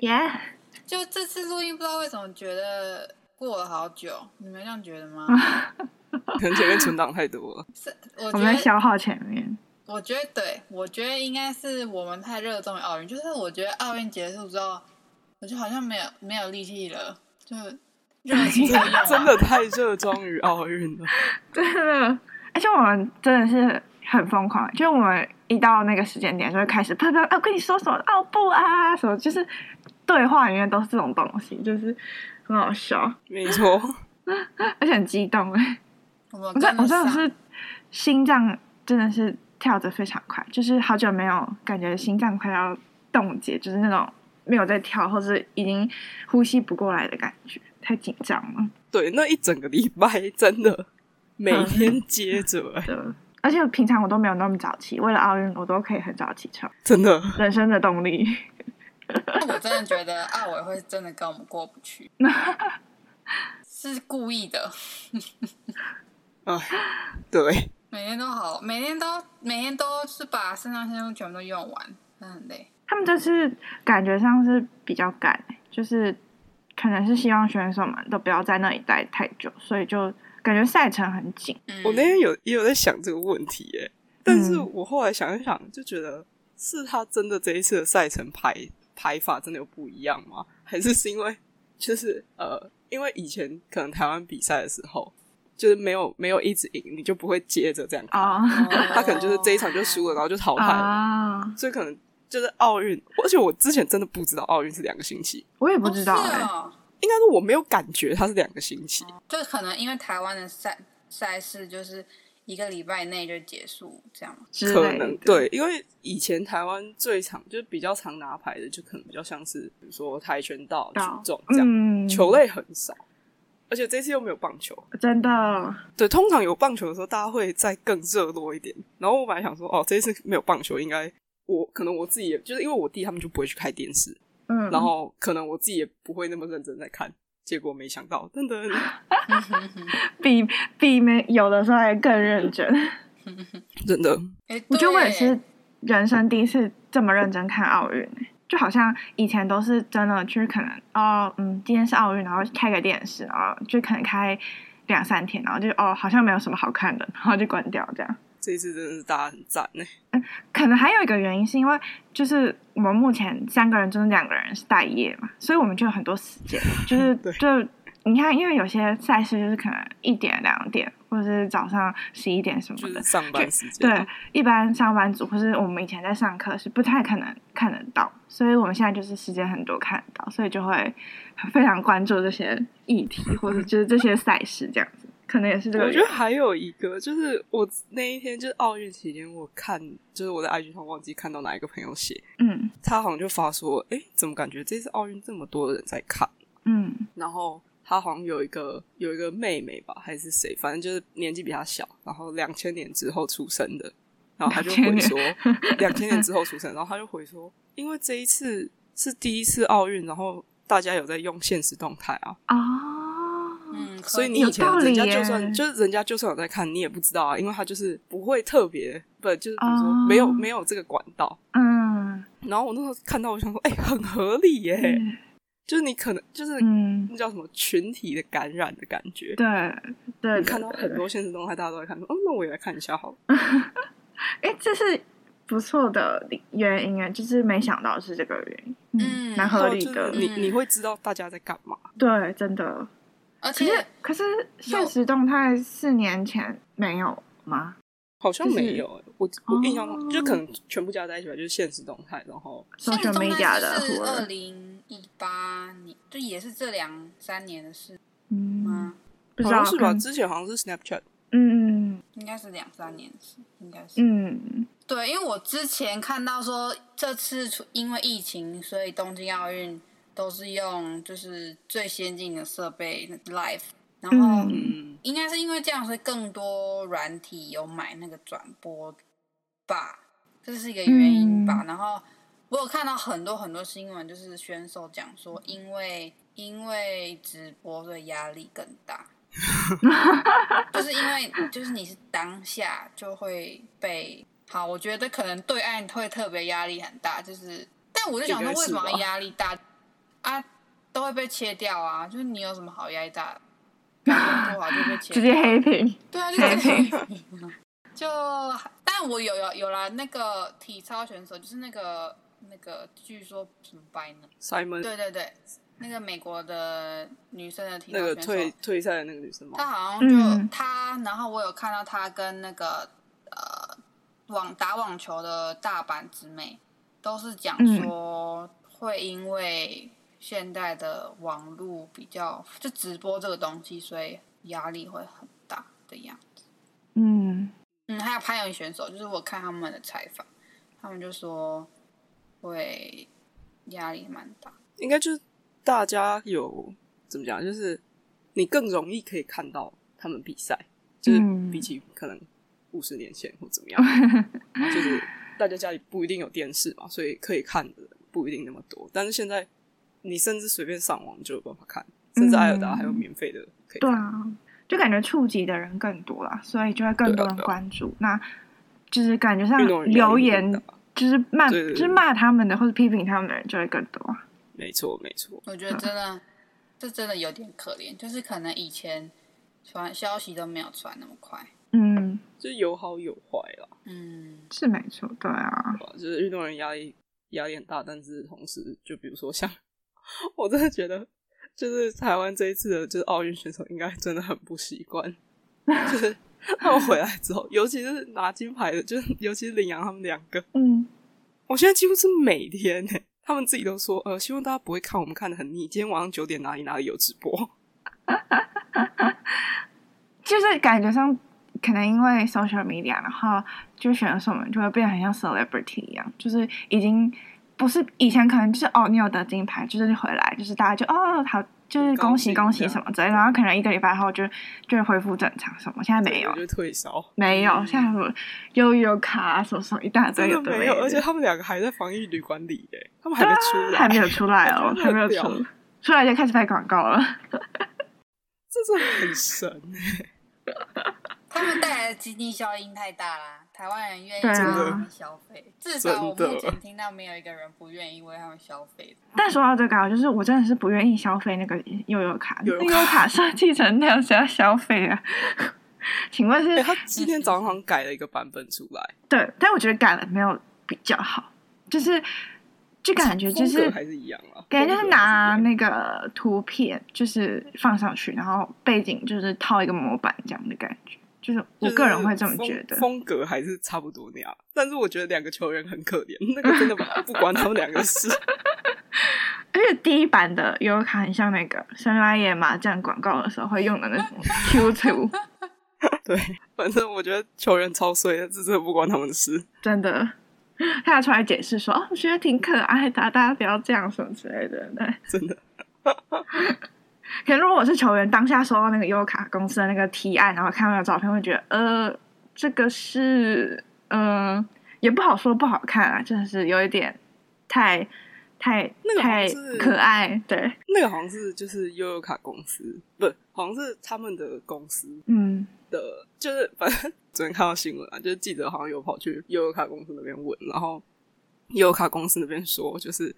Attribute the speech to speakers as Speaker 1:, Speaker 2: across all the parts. Speaker 1: Yeah，
Speaker 2: 就这次录音，不知道为什么觉得过了好久，你们这样觉得吗？
Speaker 3: 可能前面存档太多了。
Speaker 2: 是，我
Speaker 1: 我
Speaker 2: 觉
Speaker 1: 们
Speaker 2: 得，
Speaker 1: 消耗前面。
Speaker 2: 我觉得对，我觉得应该是我们太热衷于奥运，就是我觉得奥运结束之后，我就好像没有没有力气了，就热情没有了
Speaker 3: 真的太热衷于奥运了，
Speaker 1: 真的，而且我们真的是很疯狂，就是我们一到那个时间点就会开始啪啪啊，跟你说什么奥布啊，什么就是对话里面都是这种东西，就是很好笑，
Speaker 3: 没错，
Speaker 1: 而且很激动哎、
Speaker 2: 我们
Speaker 1: 我真
Speaker 2: 跟
Speaker 1: 我
Speaker 2: 得
Speaker 1: 真的
Speaker 2: 上，
Speaker 1: 是心脏真的是跳得非常快，就是好久没有感觉心脏快要冻结，就是那种没有在跳，或是已经呼吸不过来的感觉，太紧张了。
Speaker 3: 对，那一整个礼拜真的每天接着、哎
Speaker 1: 对，而且平常我都没有那么早起，为了奥运我都可以很早起床，
Speaker 3: 真的
Speaker 1: 人生的动力。
Speaker 2: 我真的觉得奥委会真的跟我们过不去，是故意的。
Speaker 3: 啊，对，
Speaker 2: 每天都好，每天都每天都是把肾上腺素全部都用完，真的很累。
Speaker 1: 他们这次感觉上是比较赶、就是可能是希望选手们都不要在那里待太久，所以就感觉赛程很紧。
Speaker 2: 嗯，
Speaker 3: 我那天有也有在想这个问题、哎，但是
Speaker 1: 嗯
Speaker 3: 我后来想一想，就觉得是他真的这一次的赛程排排法真的有不一样吗？还是是因为就是呃，因为以前可能台湾比赛的时候，就是没有没有一直赢，你就不会接着这样，
Speaker 1: 哦
Speaker 2: 嗯
Speaker 3: 他可能就是这一场就输了，然后就淘汰了嘛。
Speaker 1: 啊，
Speaker 3: 所以可能就是奥运，而且我之前真的不知道奥运是两个星期，
Speaker 1: 我也
Speaker 2: 哦
Speaker 1: 不知道哎、
Speaker 2: 是哦
Speaker 3: 应该说我没有感觉它是两个星期。
Speaker 2: 就可能因为台湾的赛赛事就是一个礼拜内就结束这样嘛。
Speaker 1: 哎之
Speaker 3: 啊可
Speaker 1: 类的
Speaker 3: 能。对，因为以前台湾最常就是比较常拿牌的，就可能比较像是比如说跆拳道、举
Speaker 1: 到
Speaker 3: 重这样，
Speaker 1: 嗯，
Speaker 3: 球类很少，而且这次又没有棒球。
Speaker 1: 真的
Speaker 3: 对，通常有棒球的时候，大家会再更热络一点。然后我本来想说，哦，这一次没有棒球，应该我可能我自己也就是因为我弟他们就不会去开电视，
Speaker 1: 嗯，
Speaker 3: 然后可能我自己也不会那么认真在看。结果没想到，噔噔，
Speaker 1: 比比没有的时候还更认真。
Speaker 3: 真的，
Speaker 2: 哎，
Speaker 1: 我觉得我也
Speaker 2: 对
Speaker 1: 是人生第一次这么认真看奥运、欸，就好像以前都是真的，就是可能哦，嗯，今天是奥运，然后开个电视，然后就可能开两三天，然后就哦，好像没有什么好看的，然后就关掉这样。
Speaker 3: 这一次真的是大家很赞欸呢。
Speaker 1: 可能还有一个原因是因为，就是我们目前三个人中两个人是待业嘛，所以我们就有很多时 间，就是
Speaker 3: 对
Speaker 1: 就你看，因为有些赛事就是可能一点、两点，或者是早上十一点什么
Speaker 3: 就
Speaker 1: 的
Speaker 3: 是，上班时间，
Speaker 1: 对，一般上班族或是我们以前在上课是不太可能看得到，所以我们现在就是时间很多看得到，所以就会非常关注这些议题，或者就是这些赛事这样子，可能也是这个
Speaker 3: 我
Speaker 1: 原
Speaker 3: 觉
Speaker 1: 因
Speaker 3: 得。还有一个，就是我那一天就是奥运期间，我看就是我在 IG 上忘记看到哪一个朋友写，
Speaker 1: 嗯
Speaker 3: 他好像就发说，哎，怎么感觉这次奥运这么多人在看？
Speaker 1: 嗯
Speaker 3: 然后他好像有一个有一个妹妹吧，还是谁，反正就是年纪比他小，然后两千年之后出生的，然后他就回说，两千年之后出生，然后他就回说，因为这一次是第一次奥运，然后大家有在用现实动态啊，
Speaker 1: 哦，
Speaker 2: 嗯，
Speaker 3: 所以你
Speaker 1: 有
Speaker 3: 以前
Speaker 1: 道
Speaker 3: 人
Speaker 1: 理
Speaker 3: 家就
Speaker 1: 耶
Speaker 3: 算就是人家就算有在看，你也不知道啊，因为他就是不会特别不就是比如说
Speaker 1: 哦
Speaker 3: 没有、没有这个管道。
Speaker 1: 嗯
Speaker 3: 然后我那时候看到，我想说，哎、很合理耶、
Speaker 1: 嗯
Speaker 3: 就是你可能就是
Speaker 1: 嗯，
Speaker 3: 那叫什么群体的感染的感觉。
Speaker 1: 对对，对
Speaker 3: 你看到很。多现实动态，大家都在看，说哦，那我也来看一下好了。
Speaker 1: 哎，诶这是不错的理原因啊，就是没想到是这个原因，
Speaker 2: 嗯
Speaker 1: 蛮合理
Speaker 3: 然后
Speaker 1: 的
Speaker 3: 哦
Speaker 1: 嗯
Speaker 3: 就。是你你会知道大家在干嘛。
Speaker 1: 对，真的。
Speaker 2: 而
Speaker 1: 可是
Speaker 2: 且
Speaker 1: 可是现实动态四年前没有吗？
Speaker 3: 好像
Speaker 1: 就是
Speaker 3: 没有欸、我我印象中、
Speaker 1: 哦
Speaker 3: 就可能全部加在一起吧，就是现实动态，然后
Speaker 2: 现在
Speaker 1: social
Speaker 2: 动态
Speaker 1: media 的
Speaker 2: 就是
Speaker 1: 活
Speaker 2: 二
Speaker 1: 了，
Speaker 2: 零一八年，就也是这两三年的事
Speaker 1: 嗯，
Speaker 2: 吗？
Speaker 1: 不知
Speaker 3: 好
Speaker 1: 道
Speaker 3: 像是吧？
Speaker 1: 看
Speaker 3: 之前好像是 Snapchat，
Speaker 1: 嗯嗯
Speaker 2: 应该是两三年的事，应该是。
Speaker 1: 嗯
Speaker 2: 对，因为我之前看到说，这次出因为疫情，所以东京奥运都是用就是最先进的设备 live，然后
Speaker 1: 嗯
Speaker 3: 嗯，
Speaker 2: 应该是因为这样，所以更多软体有买那个转播吧，这是一个原因吧。嗯然后我有看到很多很多新闻，就是选手讲说，因为因为直播所以压力更 大，就是因为就是你是当下就会被好，我觉得可能对岸会特别压力很大，就是但我就想说为什么要压力大？啊，都会被切掉啊，就是你有什么好压力大的？ 不好就被切掉
Speaker 1: 直接黑屏。
Speaker 2: 对啊，就是黑屏啊。就但我有有有啦，那个体操选手就是那个那个，据说什么白呢？
Speaker 3: Simon
Speaker 2: 对对对，那个美国的女生的体操
Speaker 3: 那个
Speaker 2: 选
Speaker 3: 退
Speaker 2: 手，
Speaker 3: 退赛的那个女生吗？
Speaker 2: 她好像就、
Speaker 1: 嗯
Speaker 2: 她，然后我有看到她跟那个呃网打网球的大阪直美，都是讲说会因为现代的网络比较就直播这个东西，所以压力会很大的样子。
Speaker 1: 嗯，
Speaker 2: 嗯，还有攀岩选手，就是我看他们的采访，他们就说会压力蛮大。
Speaker 3: 应该就是大家有怎么讲，就是你更容易可以看到他们比赛，就是
Speaker 1: 嗯
Speaker 3: 比起可能五十年前或怎 么样，就是大家家里不一定有电视嘛，所以可以看的不一定那么多。但是现在你甚至随便上网就有办法看，甚至艾尔达还有免费的可以
Speaker 1: 嗯对
Speaker 3: 看。
Speaker 1: 啊，就感觉触及的人更多了，所以就会更
Speaker 3: 对
Speaker 1: 多
Speaker 3: 啊
Speaker 1: 人
Speaker 3: 对啊
Speaker 1: 关注。那就是感觉上
Speaker 3: 运动员压力
Speaker 1: 留
Speaker 3: 更
Speaker 1: 言
Speaker 3: 大
Speaker 1: 就是骂，
Speaker 3: 对对
Speaker 1: 就
Speaker 3: 对
Speaker 1: 是骂他们的或者批评他们的人就会更多。
Speaker 3: 没错，没错，
Speaker 2: 我觉得真的，这真的有点可怜，就是可能以前传消息都没有传那么快。
Speaker 1: 嗯，
Speaker 3: 就是有好有坏啦，
Speaker 2: 嗯，
Speaker 1: 是没错，对啊
Speaker 3: 对，吧？就是运动员压力压力很大，但是同时，就比如说像我真的觉得，就是台湾这一次的，就是奥运选手应该真的很不习惯， 就是他们回来之后，尤其是拿金牌的，就是尤其是领洋他们两个，
Speaker 1: 嗯，
Speaker 3: 我现在几乎是每天呢、他们自己都说，呃，希望大家不会看我们看的很腻，今天晚上九点哪里哪里有直播，
Speaker 1: 就是感觉上可能因为 social media，然后就选手们就会变得很像 celebrity 一样，就是已经不是以前可能就是哦，你有得金牌，就是回来就是大家就哦好。就是恭喜
Speaker 3: 恭
Speaker 1: 恭
Speaker 3: 喜
Speaker 1: 喜
Speaker 3: 这
Speaker 1: 什
Speaker 3: 样
Speaker 1: 么之类的，然后可能一个礼拜后就就会恢复正常什么，现 在没有
Speaker 3: 我，就退烧。
Speaker 1: 没有，
Speaker 2: 嗯
Speaker 1: 现在什么悠悠卡啊什么什么一大堆
Speaker 3: 真的
Speaker 1: 的
Speaker 3: 没有，而且他们两个还在防疫旅馆里耶、他们还
Speaker 1: 对
Speaker 3: 没
Speaker 1: 啊
Speaker 3: 出来，，
Speaker 1: 还没有出来哦
Speaker 3: 真的
Speaker 1: 还
Speaker 3: 很
Speaker 1: 没有
Speaker 3: 屌
Speaker 1: 出，出来就开始拍广告了。
Speaker 3: 这真的很神哎、
Speaker 2: 他们带来的经济效应太大啦，台湾人愿意
Speaker 1: 对
Speaker 2: 为
Speaker 1: 啊
Speaker 2: 他们消费，至少我
Speaker 3: 真的
Speaker 2: 目前听到没有一个人不愿意为他们消费的。
Speaker 1: 但说到这个啊，就是我真的是不愿意消费那个悠悠卡，那
Speaker 3: 悠悠卡
Speaker 1: 悠悠卡设计成那样，谁要消费啊？请问
Speaker 3: 欸
Speaker 1: 是？
Speaker 3: 他今天早上好像改了一个版本出来，
Speaker 1: 对，但我觉得改了没有比较好，就是就感觉就
Speaker 3: 风
Speaker 1: 是
Speaker 3: 格还是一样啊，
Speaker 1: 感觉就是
Speaker 3: 风格
Speaker 1: 拿
Speaker 3: 还是一样
Speaker 1: 那个图片就是放上去，然后背景就是套一个模板这样的感觉，就是我
Speaker 3: 就是
Speaker 1: 个人会这么
Speaker 3: 风
Speaker 1: 觉得。
Speaker 3: 风格还是差不多那样。但是我觉得两个球员很可怜，那个真的 不不管他们两个事，
Speaker 1: 而且第一版的悠悠卡很像那个神来也麻将广告的时候会用的那种 Q 图，
Speaker 3: 对，反正我觉得球员超衰的，这真的不关他们的事。
Speaker 1: 真的。 他要出来解释说：“哦，我觉得挺可爱的啊，大家不要这样什么之类的。”对，
Speaker 3: 真的。
Speaker 1: 可能如果我是球员，当下收到那个悠悠卡公司的那个提案，然后看到那个照片，会觉得呃，这个是嗯、呃也不好说不好看啊，就是有一点太太
Speaker 3: 那个好像
Speaker 1: 太
Speaker 3: 是
Speaker 1: 可爱，对，
Speaker 3: 那个好像是就是悠悠卡公司，不，好像是他们的公司
Speaker 1: 嗯
Speaker 3: 的，就是反正 昨天看到新闻啊，就是记者好像有跑去悠悠卡公司那边问，然后悠悠卡公司那边说，就是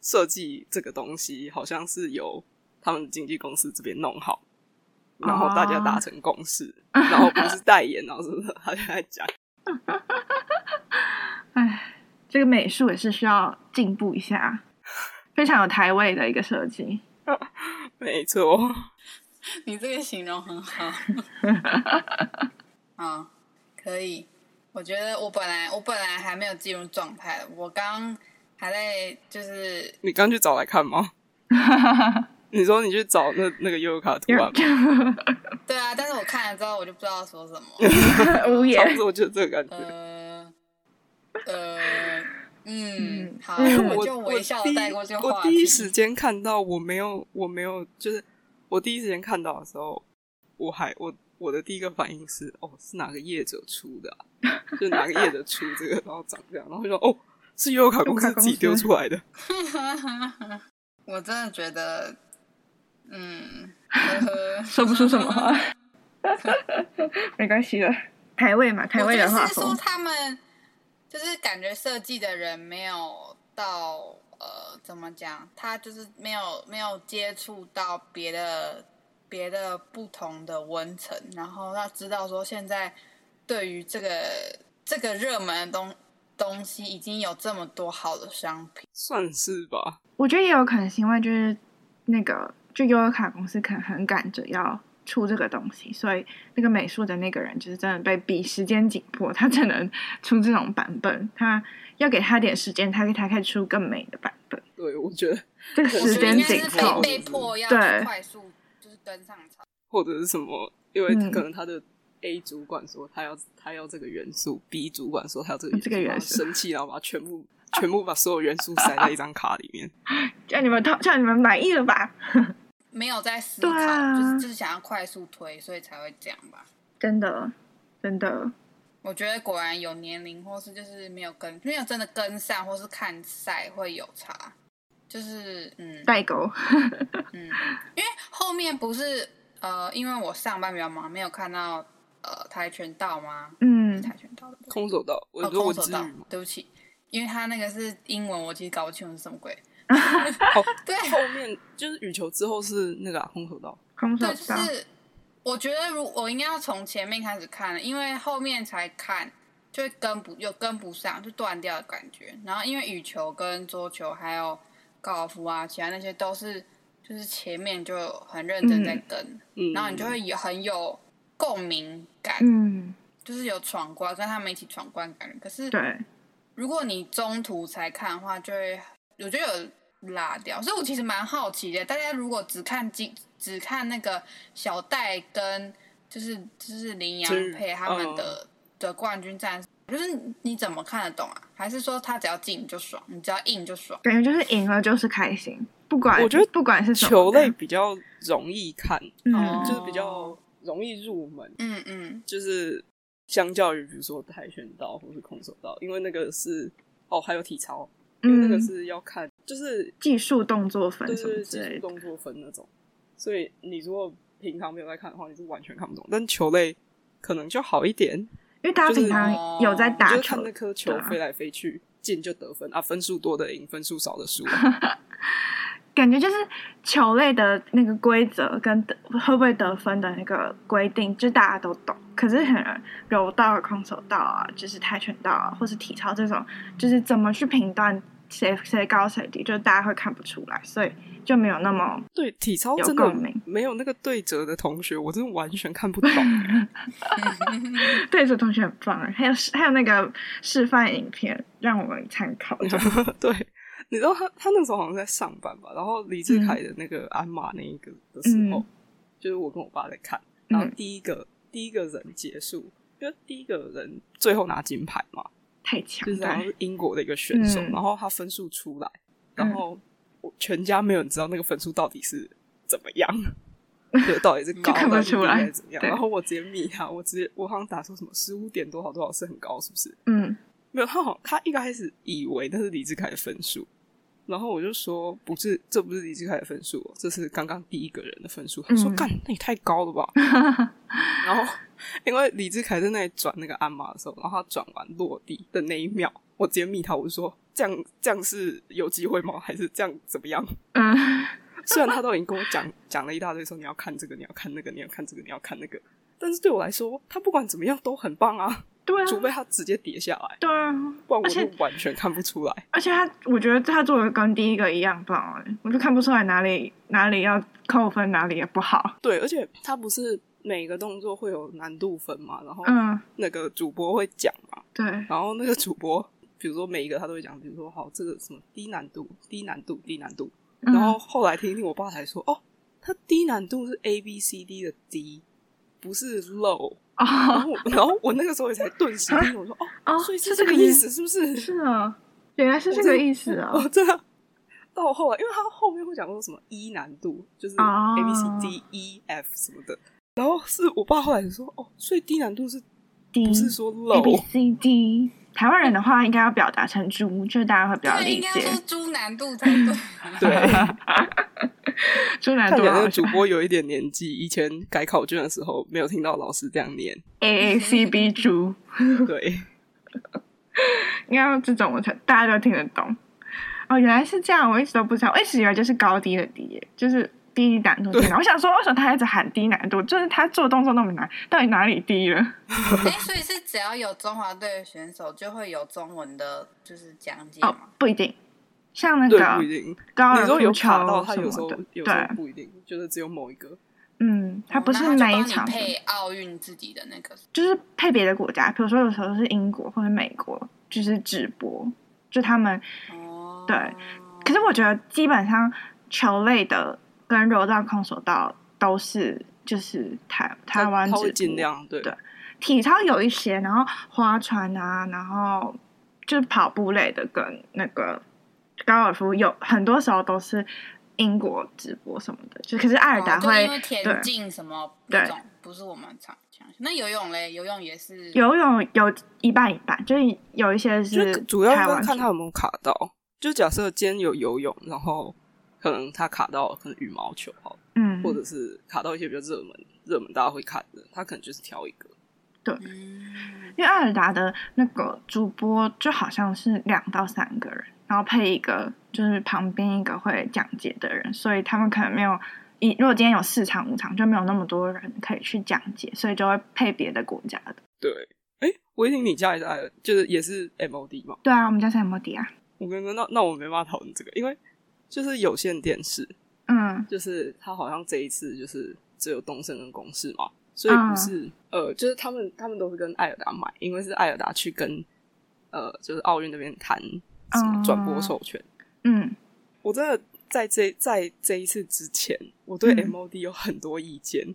Speaker 3: 设计这个东西好像是由他们经纪公司这边弄好，然后大家达成共识，然后不是 代言，然后什么的，他就在讲，
Speaker 1: 这个美术也是需要进步一 下，非常有台味的一个设计。
Speaker 3: 没错，
Speaker 2: 你这个形容很好， 啊，可以。我觉得我本来我本来还没有进入状态，我刚还在就是
Speaker 3: 你刚去找来看吗？你说你去找那那个悠悠卡的图案吗？
Speaker 2: 对啊，但是我看了之后我就不知道说什么。
Speaker 1: 无
Speaker 3: 差不
Speaker 1: 言，
Speaker 3: 多就这个感觉。
Speaker 2: 呃呃，嗯
Speaker 1: 嗯，
Speaker 2: 好，
Speaker 1: 嗯
Speaker 2: 我
Speaker 3: 我
Speaker 2: 就微笑
Speaker 3: 第
Speaker 2: 的
Speaker 3: 一
Speaker 2: 带过这个
Speaker 3: 我
Speaker 2: 话
Speaker 3: 第一
Speaker 2: 题。
Speaker 3: 时间看到，我没有，我没有，就是我第一时间看到的时候，我还我我的第一个反应是，哦，是哪个业者出的、啊？就是哪个业者出这个，然后长这样，然后就说，哦，是悠游卡公
Speaker 1: 悠
Speaker 3: 司
Speaker 1: 游卡公
Speaker 3: 自
Speaker 1: 司
Speaker 3: 己丢出来的。
Speaker 2: 我真的觉得， 嗯，呵呵
Speaker 1: 说不出什么话， 没关系的，台味嘛，台
Speaker 2: 我
Speaker 1: 味
Speaker 2: 觉
Speaker 1: 的
Speaker 2: 得
Speaker 1: 画
Speaker 2: 是说
Speaker 1: 风，
Speaker 2: 他们就是感觉设计的人没有到呃，怎么讲？他就是没有没有接触到别的别的不同的文层，然后他知道说现在对于这个这个热门的东东西已经有这么多好的商品，
Speaker 3: 算是吧。
Speaker 1: 我觉得也有可能是因为就是那个就优优卡公司可能很赶着要出这个东西，所以那个美术的那个人就是真的被逼时间紧迫，他只能出这种版本，他要给他点时间，他他可以出更美的版本。
Speaker 3: 对，我觉得
Speaker 1: 这个
Speaker 3: 我觉得
Speaker 1: 时间
Speaker 2: 应该
Speaker 1: 紧
Speaker 2: 是
Speaker 1: 凑
Speaker 2: 被，被迫要
Speaker 1: 对
Speaker 2: 快速就是跟上潮。
Speaker 3: 或者是什么，因为
Speaker 1: 嗯
Speaker 3: 可能他的 A 主管说他要他要这个元素，B 主管说他要这
Speaker 2: 嗯
Speaker 3: 个
Speaker 1: 这个元素
Speaker 3: 然后生气，然后把全部全部把所有元素塞在一张卡里 面。
Speaker 1: 叫你们叫你们满意了吧？
Speaker 2: 没有在思考，
Speaker 1: 对啊
Speaker 2: 就是就是想要快速推，所以才会这样吧。
Speaker 1: 真的，真的，
Speaker 2: 我觉得果然有年龄，或是就是没有跟没有真的跟上，或是看赛会有差。就是嗯
Speaker 1: 代沟。
Speaker 2: 嗯，因为后面不是呃，因为我上班比较忙，没有看到呃跆拳道吗？是
Speaker 1: 嗯，
Speaker 2: 跆拳道的吧
Speaker 3: 空手道，我
Speaker 2: 哦，
Speaker 3: 你说我
Speaker 2: 空
Speaker 3: 至
Speaker 2: 手
Speaker 3: 于
Speaker 2: 道
Speaker 3: 吗？，
Speaker 2: 对不起，因为他那个是英文，我其实搞不清楚是什么鬼。
Speaker 3: 哦，
Speaker 2: 对
Speaker 3: 后面就是羽球之后是那个啊、空手道，
Speaker 1: 空手
Speaker 2: 对，
Speaker 1: 道
Speaker 2: 就。是我觉得如我应该要从前面开始看了，因为后面才看就会跟不又跟不上，就断掉的感觉。然后因为羽球跟桌球还有高尔夫啊，其他那些都是就是前面就很认真在跟，
Speaker 3: 嗯，
Speaker 2: 然后你就会有很有共鸣感，
Speaker 1: 嗯，
Speaker 2: 就是有闯关跟他们一起闯关的感觉。可是
Speaker 1: 对，
Speaker 2: 如果你中途才看的话，就会我觉得有拉掉。所以我其实蛮好奇的，大家如果只看金只看那个小戴跟就是就是林洋
Speaker 3: 真人
Speaker 2: 配他们
Speaker 1: 嗯
Speaker 2: 的、的冠军战，就是你怎么看得懂啊？还是说他只要进就爽，你只要硬就爽？
Speaker 1: 感觉就是赢了就是开心，不管
Speaker 3: 我觉得
Speaker 1: 不管是什么
Speaker 3: 球类
Speaker 1: 的，
Speaker 3: 比较容易看，
Speaker 1: 嗯
Speaker 2: 哦
Speaker 3: 就是比较容易入门，
Speaker 2: 嗯 嗯，
Speaker 3: 就是相较于比如说跆拳道或是空手道，因为那个是哦还有体操，因为那个
Speaker 1: 嗯，
Speaker 3: 是要看就是
Speaker 1: 技术动作
Speaker 3: 对
Speaker 1: 分什
Speaker 3: 对
Speaker 1: 么之
Speaker 3: 对技
Speaker 1: 类
Speaker 3: 术
Speaker 1: 的，
Speaker 3: 动作分那种，所以你如果平常没有在看的话，你是完全看不懂。但球类可能就好一点，
Speaker 1: 因为大家
Speaker 3: 就是
Speaker 1: 平常有在打
Speaker 3: 你就是
Speaker 1: 球
Speaker 3: 看，那颗球
Speaker 1: 对啊
Speaker 3: 飞来飞去，进就得分啊，分数多的赢，分数少的输。啊
Speaker 1: 感觉就是球类的那个规则跟得会不会得分的那个规定，就大家都懂。可是很柔道、空手道啊，就是跆拳道啊，或是体操这种，就是怎么去评断谁谁高谁低，就大家会看不出来，所以就没有那么
Speaker 3: 对体操
Speaker 1: 有
Speaker 3: 真
Speaker 1: 共
Speaker 3: 的
Speaker 1: 鸣
Speaker 3: 没有那个对折的同学，我真的完全看 不懂。
Speaker 1: 对，这同学很棒哎，还有示还有那个示范影片让我们参考。就
Speaker 3: 对，你知道他他那时候好像在上班吧，然后李志凯的那个鞍马那一个的时候，
Speaker 1: 嗯
Speaker 3: 就是我跟我爸在看，然后
Speaker 1: 嗯
Speaker 3: 第一个、第一个人结束，因为第一个人最后拿金牌嘛，
Speaker 1: 太强
Speaker 3: 就是好像
Speaker 1: 了，
Speaker 3: 是英国的一个选手，
Speaker 1: 嗯
Speaker 3: 然后他分数出来，然后我全家没有人知道那个分数到底是怎么样，就到底是
Speaker 1: 就
Speaker 3: 高
Speaker 1: 看不
Speaker 3: 到底是
Speaker 1: 出来
Speaker 3: 低还是怎么样。
Speaker 1: 对
Speaker 3: 然后我直接密他，我直接我好像打出什么十五点多少多少是很高，是不是？
Speaker 1: 嗯
Speaker 3: 没有，他好他一开始以为那是李志凯的分数，然后我就说不是，这不是李志凯的分数哦、这是刚刚第一个人的分数。他说
Speaker 1: 嗯
Speaker 3: 干，那也太高 了吧。然后因为李志凯在那里转那个鞍马的时候，然后他转完落地的那一秒，我直接密他，我就说这样这样是有机会吗？还是这样怎么样？
Speaker 1: 嗯，
Speaker 3: 虽然他都已经跟我讲讲了一大堆，说你要看这个，你要看那个，你要看这个，你要看那个，但是对我来说，他不管怎么样都很棒啊，
Speaker 1: 对啊，
Speaker 3: 除非他直接跌下来。
Speaker 1: 对啊，
Speaker 3: 不然我
Speaker 1: 而且
Speaker 3: 就完全看不出来。
Speaker 1: 而且他，我觉得他做的跟第一个一样棒哎，我就看不出来哪里哪里要扣分，哪里也不好。
Speaker 3: 对，而且他不是每个动作会有难度分嘛，然后
Speaker 1: 嗯，
Speaker 3: 那个主播会讲嘛，
Speaker 1: 对，
Speaker 3: 然后那个主播，比如说每一个他都会讲，比如说好这个什么低难度、低难度、低难度，
Speaker 1: 嗯
Speaker 3: 然后后来听一听我爸才说，哦，他低难度是 A B C D 的 D，不是 low。然
Speaker 1: 哦
Speaker 3: 后我， 然后我那个时候也才顿时听懂，我说哦，
Speaker 1: 哦，
Speaker 3: 所以是
Speaker 1: 是
Speaker 3: 这个
Speaker 1: 意
Speaker 3: 意，思，哦是不是？
Speaker 1: 是啊，原来是这个意思啊
Speaker 3: 我。真的到后来，因为他后面会讲说什么一、难度，就是
Speaker 1: 哦
Speaker 3: A B C D E F 什么的。然后是我爸后来说，哦，所以低难度是
Speaker 1: D
Speaker 3: 不是说
Speaker 1: 嗯 A B
Speaker 3: low？
Speaker 1: C D，台湾人的话应该要表达成猪，就大家会比较
Speaker 2: 对，
Speaker 1: 理
Speaker 2: 应该说
Speaker 1: 解。
Speaker 2: 猪难度才对。
Speaker 3: 对，
Speaker 1: 猪难
Speaker 3: 看
Speaker 1: 度
Speaker 3: 起来那
Speaker 1: 好
Speaker 3: 个主
Speaker 1: 像
Speaker 3: 播有一点年纪，以前改考卷的时候没有听到老师这样 念。
Speaker 1: A A C B 猪，
Speaker 3: 对，
Speaker 1: 应该要这种我才大家都听得懂。哦，原来是这样，我一直都不知道，我一直以为就是高低的低耶，就是低难度低难。我想说，为什么他一直喊低难度？就是他做动作那么难，到底哪里低了？
Speaker 2: 哎、所以是只要有中华队的选手，就会有中文的，就是讲解
Speaker 1: 哦
Speaker 2: 嘛。，
Speaker 1: 不一定，像那
Speaker 3: 对，
Speaker 1: 个
Speaker 3: 不一定。
Speaker 1: 高
Speaker 3: 你
Speaker 1: 尔
Speaker 3: 说有
Speaker 1: 夫
Speaker 3: 卡到
Speaker 1: 球
Speaker 3: 他
Speaker 1: 什
Speaker 3: 有时
Speaker 1: 么
Speaker 3: 候
Speaker 1: 的，
Speaker 3: 有时
Speaker 1: 对，
Speaker 3: 候不一定，就是只有某一个。
Speaker 1: 嗯，他
Speaker 2: 哦
Speaker 1: 不
Speaker 2: 那
Speaker 1: 是
Speaker 2: 就
Speaker 1: 每一
Speaker 2: 帮你
Speaker 1: 场的
Speaker 2: 配奥运自己的那个，
Speaker 1: 就是配别的国家，比如说有时候是英国或者美国，就是直播，就他们。
Speaker 2: 哦，
Speaker 1: 对。可是我觉得基本上球类的跟柔道、空手道都是就是台台湾
Speaker 3: 他
Speaker 1: 直
Speaker 3: 会
Speaker 1: 播
Speaker 3: 尽量对
Speaker 1: 对体操有一些，然后划船啊，然后就是跑步类的跟那个高尔夫有很多时候都是英国直播什么的，就可是艾尔达
Speaker 2: 哦就
Speaker 1: 会、
Speaker 2: 因为
Speaker 1: 对
Speaker 2: 田径什么
Speaker 1: 对
Speaker 2: 那种，不是我们常讲。那游泳嘞，游泳也是
Speaker 1: 游泳有嗯一半一半，就是有一些
Speaker 3: 就是主要
Speaker 1: 台
Speaker 3: 要
Speaker 1: 湾
Speaker 3: 看
Speaker 1: 直
Speaker 3: 他有没有卡到。就假设今天有游泳，然后可能他卡到可能羽毛球好了，
Speaker 1: 嗯
Speaker 3: 或者是卡到一些比较热门、热门大家会看的，他可能就是挑一个。
Speaker 2: 嗯，
Speaker 1: 因为艾尔达的那个主播就好像是两到三个人，然后配一个就是旁边一个会讲解的人，所以他们可能没有一如果今天有四场五场就没有那么多人可以去讲解，所以就会配别的国家的。
Speaker 3: 对，哎、我一听你家也在，就是也是 MOD 嘛。
Speaker 1: 对啊，我们家是 M D 啊，
Speaker 3: 我跟你说，那那我没办法讨论这个，因为就是有线电视，
Speaker 1: 嗯
Speaker 3: 就是他好像这一次就是只有东升跟公视嘛，所以不是、呃，就是他们他们都是跟艾尔达买，因为是艾尔达去跟呃，就是奥运那边谈什么转播授权。
Speaker 1: 嗯，
Speaker 3: 我真的在这在这一次之前，我对
Speaker 1: 嗯
Speaker 3: MOD 有很多意见，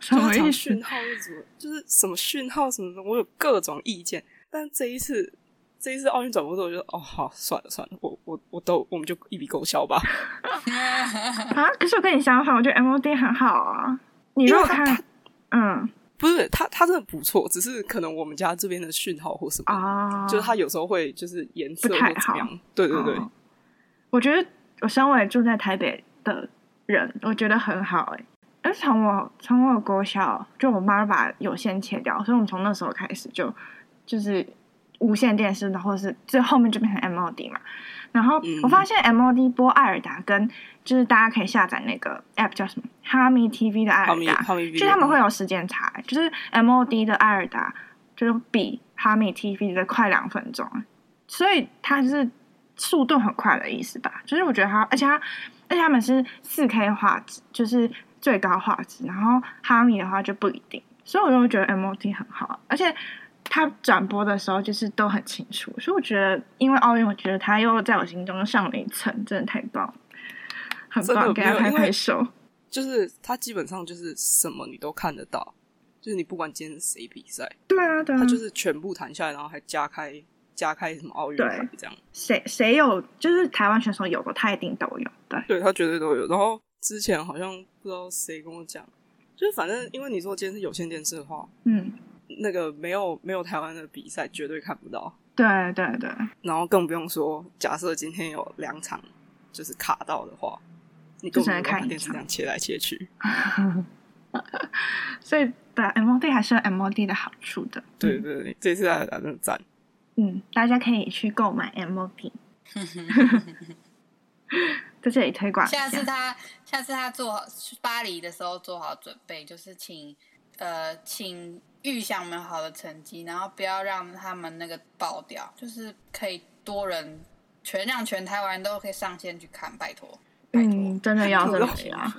Speaker 1: 什
Speaker 3: 就
Speaker 1: 么
Speaker 3: 是
Speaker 1: 意
Speaker 3: 讲
Speaker 1: 思
Speaker 3: 讯？号是什么，就是什么讯号什么的，我有各种意见。但这一次这一次奥运转播之后，我就哦好算了算了，我我我都我们就一笔勾销吧。
Speaker 1: 啊，可是我跟你相反，我觉得 M D 很好啊。你
Speaker 3: 因
Speaker 1: 如
Speaker 3: 为
Speaker 1: 果
Speaker 3: 他
Speaker 1: 看
Speaker 3: 他，
Speaker 1: 嗯
Speaker 3: 不是他他真的不错，只是可能我们家这边的讯号或什么，
Speaker 1: 啊，
Speaker 3: 就是他有时候会就是颜色
Speaker 1: 不
Speaker 3: 或
Speaker 1: 太
Speaker 3: 怎么
Speaker 1: 好
Speaker 3: 样。对对对，
Speaker 1: 哦我觉得我身为住在台北的人，我觉得很好哎、欸。而且从我从我国小，就我妈把有线切掉，所以我们从那时候开始就就是无线电视，然后是最后面就变成 MOD 嘛。然后
Speaker 3: 嗯
Speaker 1: 我发现 MOD 播艾尔达跟就是大家可以下载那个 app 叫什么哈密 TV 的艾
Speaker 3: 泡
Speaker 1: 尔
Speaker 3: 米
Speaker 1: 达，
Speaker 3: 泡米，
Speaker 1: 就他们会有时间差欸，就是 MOD 的艾尔达就是比哈密 TV 的快两分钟欸，所以它是速度很快的意思吧？就是我觉得它，而且它，而且他们是四 K 画质，就是最高画质，然后哈密的话就不一定，所以我就会觉得 MOD 很好，而且。它转播的时候就是都很清楚，所以我觉得，因为奥运，我觉得它又在我心中上了一层，真的太棒了，很
Speaker 3: 真的
Speaker 1: 棒，给他
Speaker 3: 没有
Speaker 1: 拍
Speaker 3: 因为
Speaker 1: 拍手。
Speaker 3: 就是他基本上就是什么你都看得到，就是你不管今天是谁比赛，
Speaker 1: 对啊，对啊，
Speaker 3: 他就是全部谈下来，然后还加开加开什么奥运
Speaker 1: 对
Speaker 3: 台这样，
Speaker 1: 谁谁有，就是台湾选手有过，他一定都有。对，
Speaker 3: 对他绝对都有。然后之前好像不知道谁跟我讲，就是反正因为你说今天是有线电视的话，
Speaker 1: 嗯，
Speaker 3: 那个没有没有台湾的比赛绝对看不到。
Speaker 1: 对对对，
Speaker 3: 然后更不用说，假设今天有两场就是卡到的话，你
Speaker 1: 就
Speaker 3: 根
Speaker 1: 只能
Speaker 3: 本没办法
Speaker 1: 看一
Speaker 3: 电视
Speaker 1: 场嗯
Speaker 3: 这样切来切去。
Speaker 1: 所以对 MOD 还是有 MOD 的好处的。
Speaker 3: 对对对，这次艾尔达真的赞。
Speaker 1: 嗯，大家可以去购买 MOD，在这里推广一
Speaker 2: 下
Speaker 1: 下。
Speaker 2: 次他下次他做好去巴黎的时候做好准备，就是请呃请预想们好的成绩，然后不要让他们那个爆掉，就是可以多人全让全台湾人都可以上线去看，拜托。拜托
Speaker 1: 嗯，真的要真的要，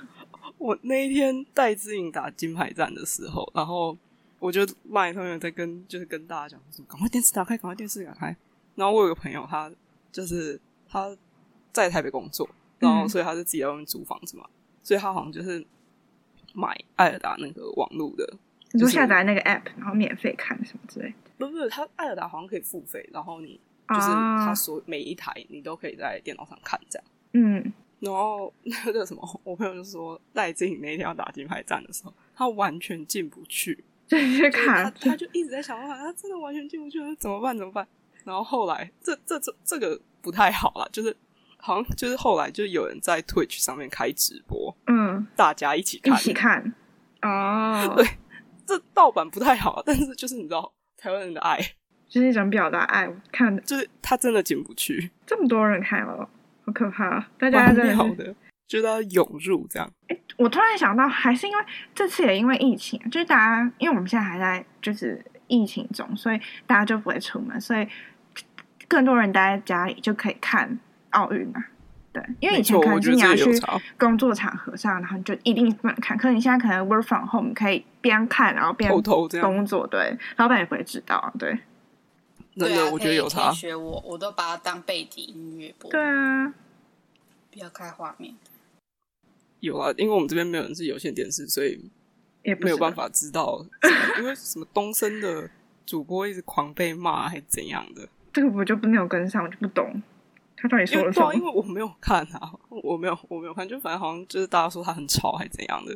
Speaker 3: 我那一天戴志颖打金牌战的时候，然后我就赖他们在跟就是跟大家讲说，赶快电视打开，赶快电视打开。然后我有个朋友，他就是他在台北工作，然后
Speaker 1: 嗯
Speaker 3: 所以他是自己在外面租房子嘛，所以他好像就是买艾尔达那个网络的
Speaker 1: 你说
Speaker 3: 就是
Speaker 1: 下载那个 app，然后免费看什么之类的。
Speaker 3: 不不，它艾尔达好像可以付费，然后你
Speaker 1: 啊
Speaker 3: 就是它所每一台你都可以在电脑上看这样。
Speaker 1: 嗯，
Speaker 3: 然后那个什么，我朋友就说戴志颖那一天要打金牌战的时候，他完全进不去，
Speaker 1: 就是
Speaker 3: 就是他
Speaker 1: 看，
Speaker 3: 他就一直在想办法，他真的完全进不去，我说怎么办怎么办？然后后来这这这这个不太好了，就是好像就是后来就有人在 Twitch 上面开直播，
Speaker 1: 嗯，
Speaker 3: 大家一起
Speaker 1: 一
Speaker 3: 看，
Speaker 1: 起看。哦，
Speaker 3: 啊对这盗版不太好，但是就是你知道台湾人的爱，
Speaker 1: 就是一种表达爱。我看
Speaker 3: 就是他真的进不去，
Speaker 1: 这么多人看哦，好可怕、哦！大家
Speaker 3: 蛮
Speaker 1: 真的
Speaker 3: 妙
Speaker 1: 是，
Speaker 3: 的，就是他涌入这样。
Speaker 1: 我突然想到，还是因为这次也因为疫情，就是大家因为我们现在还在就是疫情中，所以大家就不会出门，所以更多人待在家里就可以看奥运嘛。对，因为以
Speaker 3: 没
Speaker 1: 前
Speaker 3: 错，
Speaker 1: 可
Speaker 3: 我
Speaker 1: 能是
Speaker 3: 觉得
Speaker 1: 你要
Speaker 3: 这
Speaker 1: 去
Speaker 3: 也有差。
Speaker 1: 工作场合上，然后你就一定不能看。可是你现在可能 work from home，你可以边看然后边
Speaker 3: 偷偷这样哦
Speaker 1: 工作，对，老板也不会知道，对，
Speaker 3: 真
Speaker 2: 对啊
Speaker 3: 的，我觉得有
Speaker 2: 可以可
Speaker 3: 差
Speaker 2: 以。学我，我都把它当背景音乐播，
Speaker 1: 对啊，
Speaker 2: 不要开画面。
Speaker 3: 有啊，因为我们这边没有人是有线电视，所以
Speaker 1: 也不
Speaker 3: 没有
Speaker 1: 知道
Speaker 3: 办法知道什么，因为什么东升的主播一直狂被骂，还怎样的？
Speaker 1: 这个我就不没有跟上，我就不懂他到底
Speaker 3: 因
Speaker 1: 说
Speaker 3: 为
Speaker 1: 了
Speaker 3: 对
Speaker 1: 什
Speaker 3: 啊，因
Speaker 1: 么。
Speaker 3: 为我没有看啊， 我没有，我没有看，就反正好像就是大家说他很吵，还怎样的？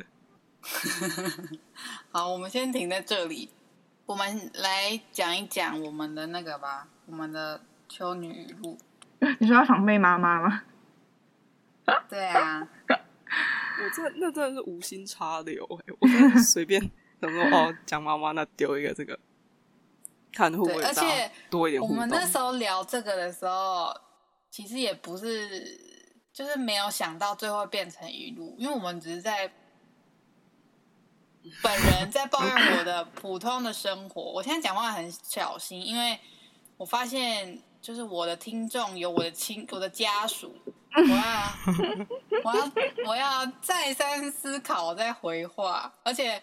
Speaker 2: 好，我们先停在这里，我们来讲一讲我们的那个吧，我们的秋女语录。
Speaker 1: 你说要防备妈妈吗？
Speaker 2: 对啊，
Speaker 3: 我真的那真的是无心插柳、欸，我真的是随便想说哦，讲妈妈那丢一个这个，看会不会
Speaker 2: 对而
Speaker 3: 大家
Speaker 2: 且
Speaker 3: 多一点
Speaker 2: 我
Speaker 3: 互动
Speaker 2: 们？那时候聊这个的时候，其实也不是，就是没有想到最后会变成语录，因为我们只是在本人在抱怨我的普通的生活。我现在讲话很小心，因为我发现就是我的听众有我的亲，我的家 属，我要我要我要再三思考我再回话，而且。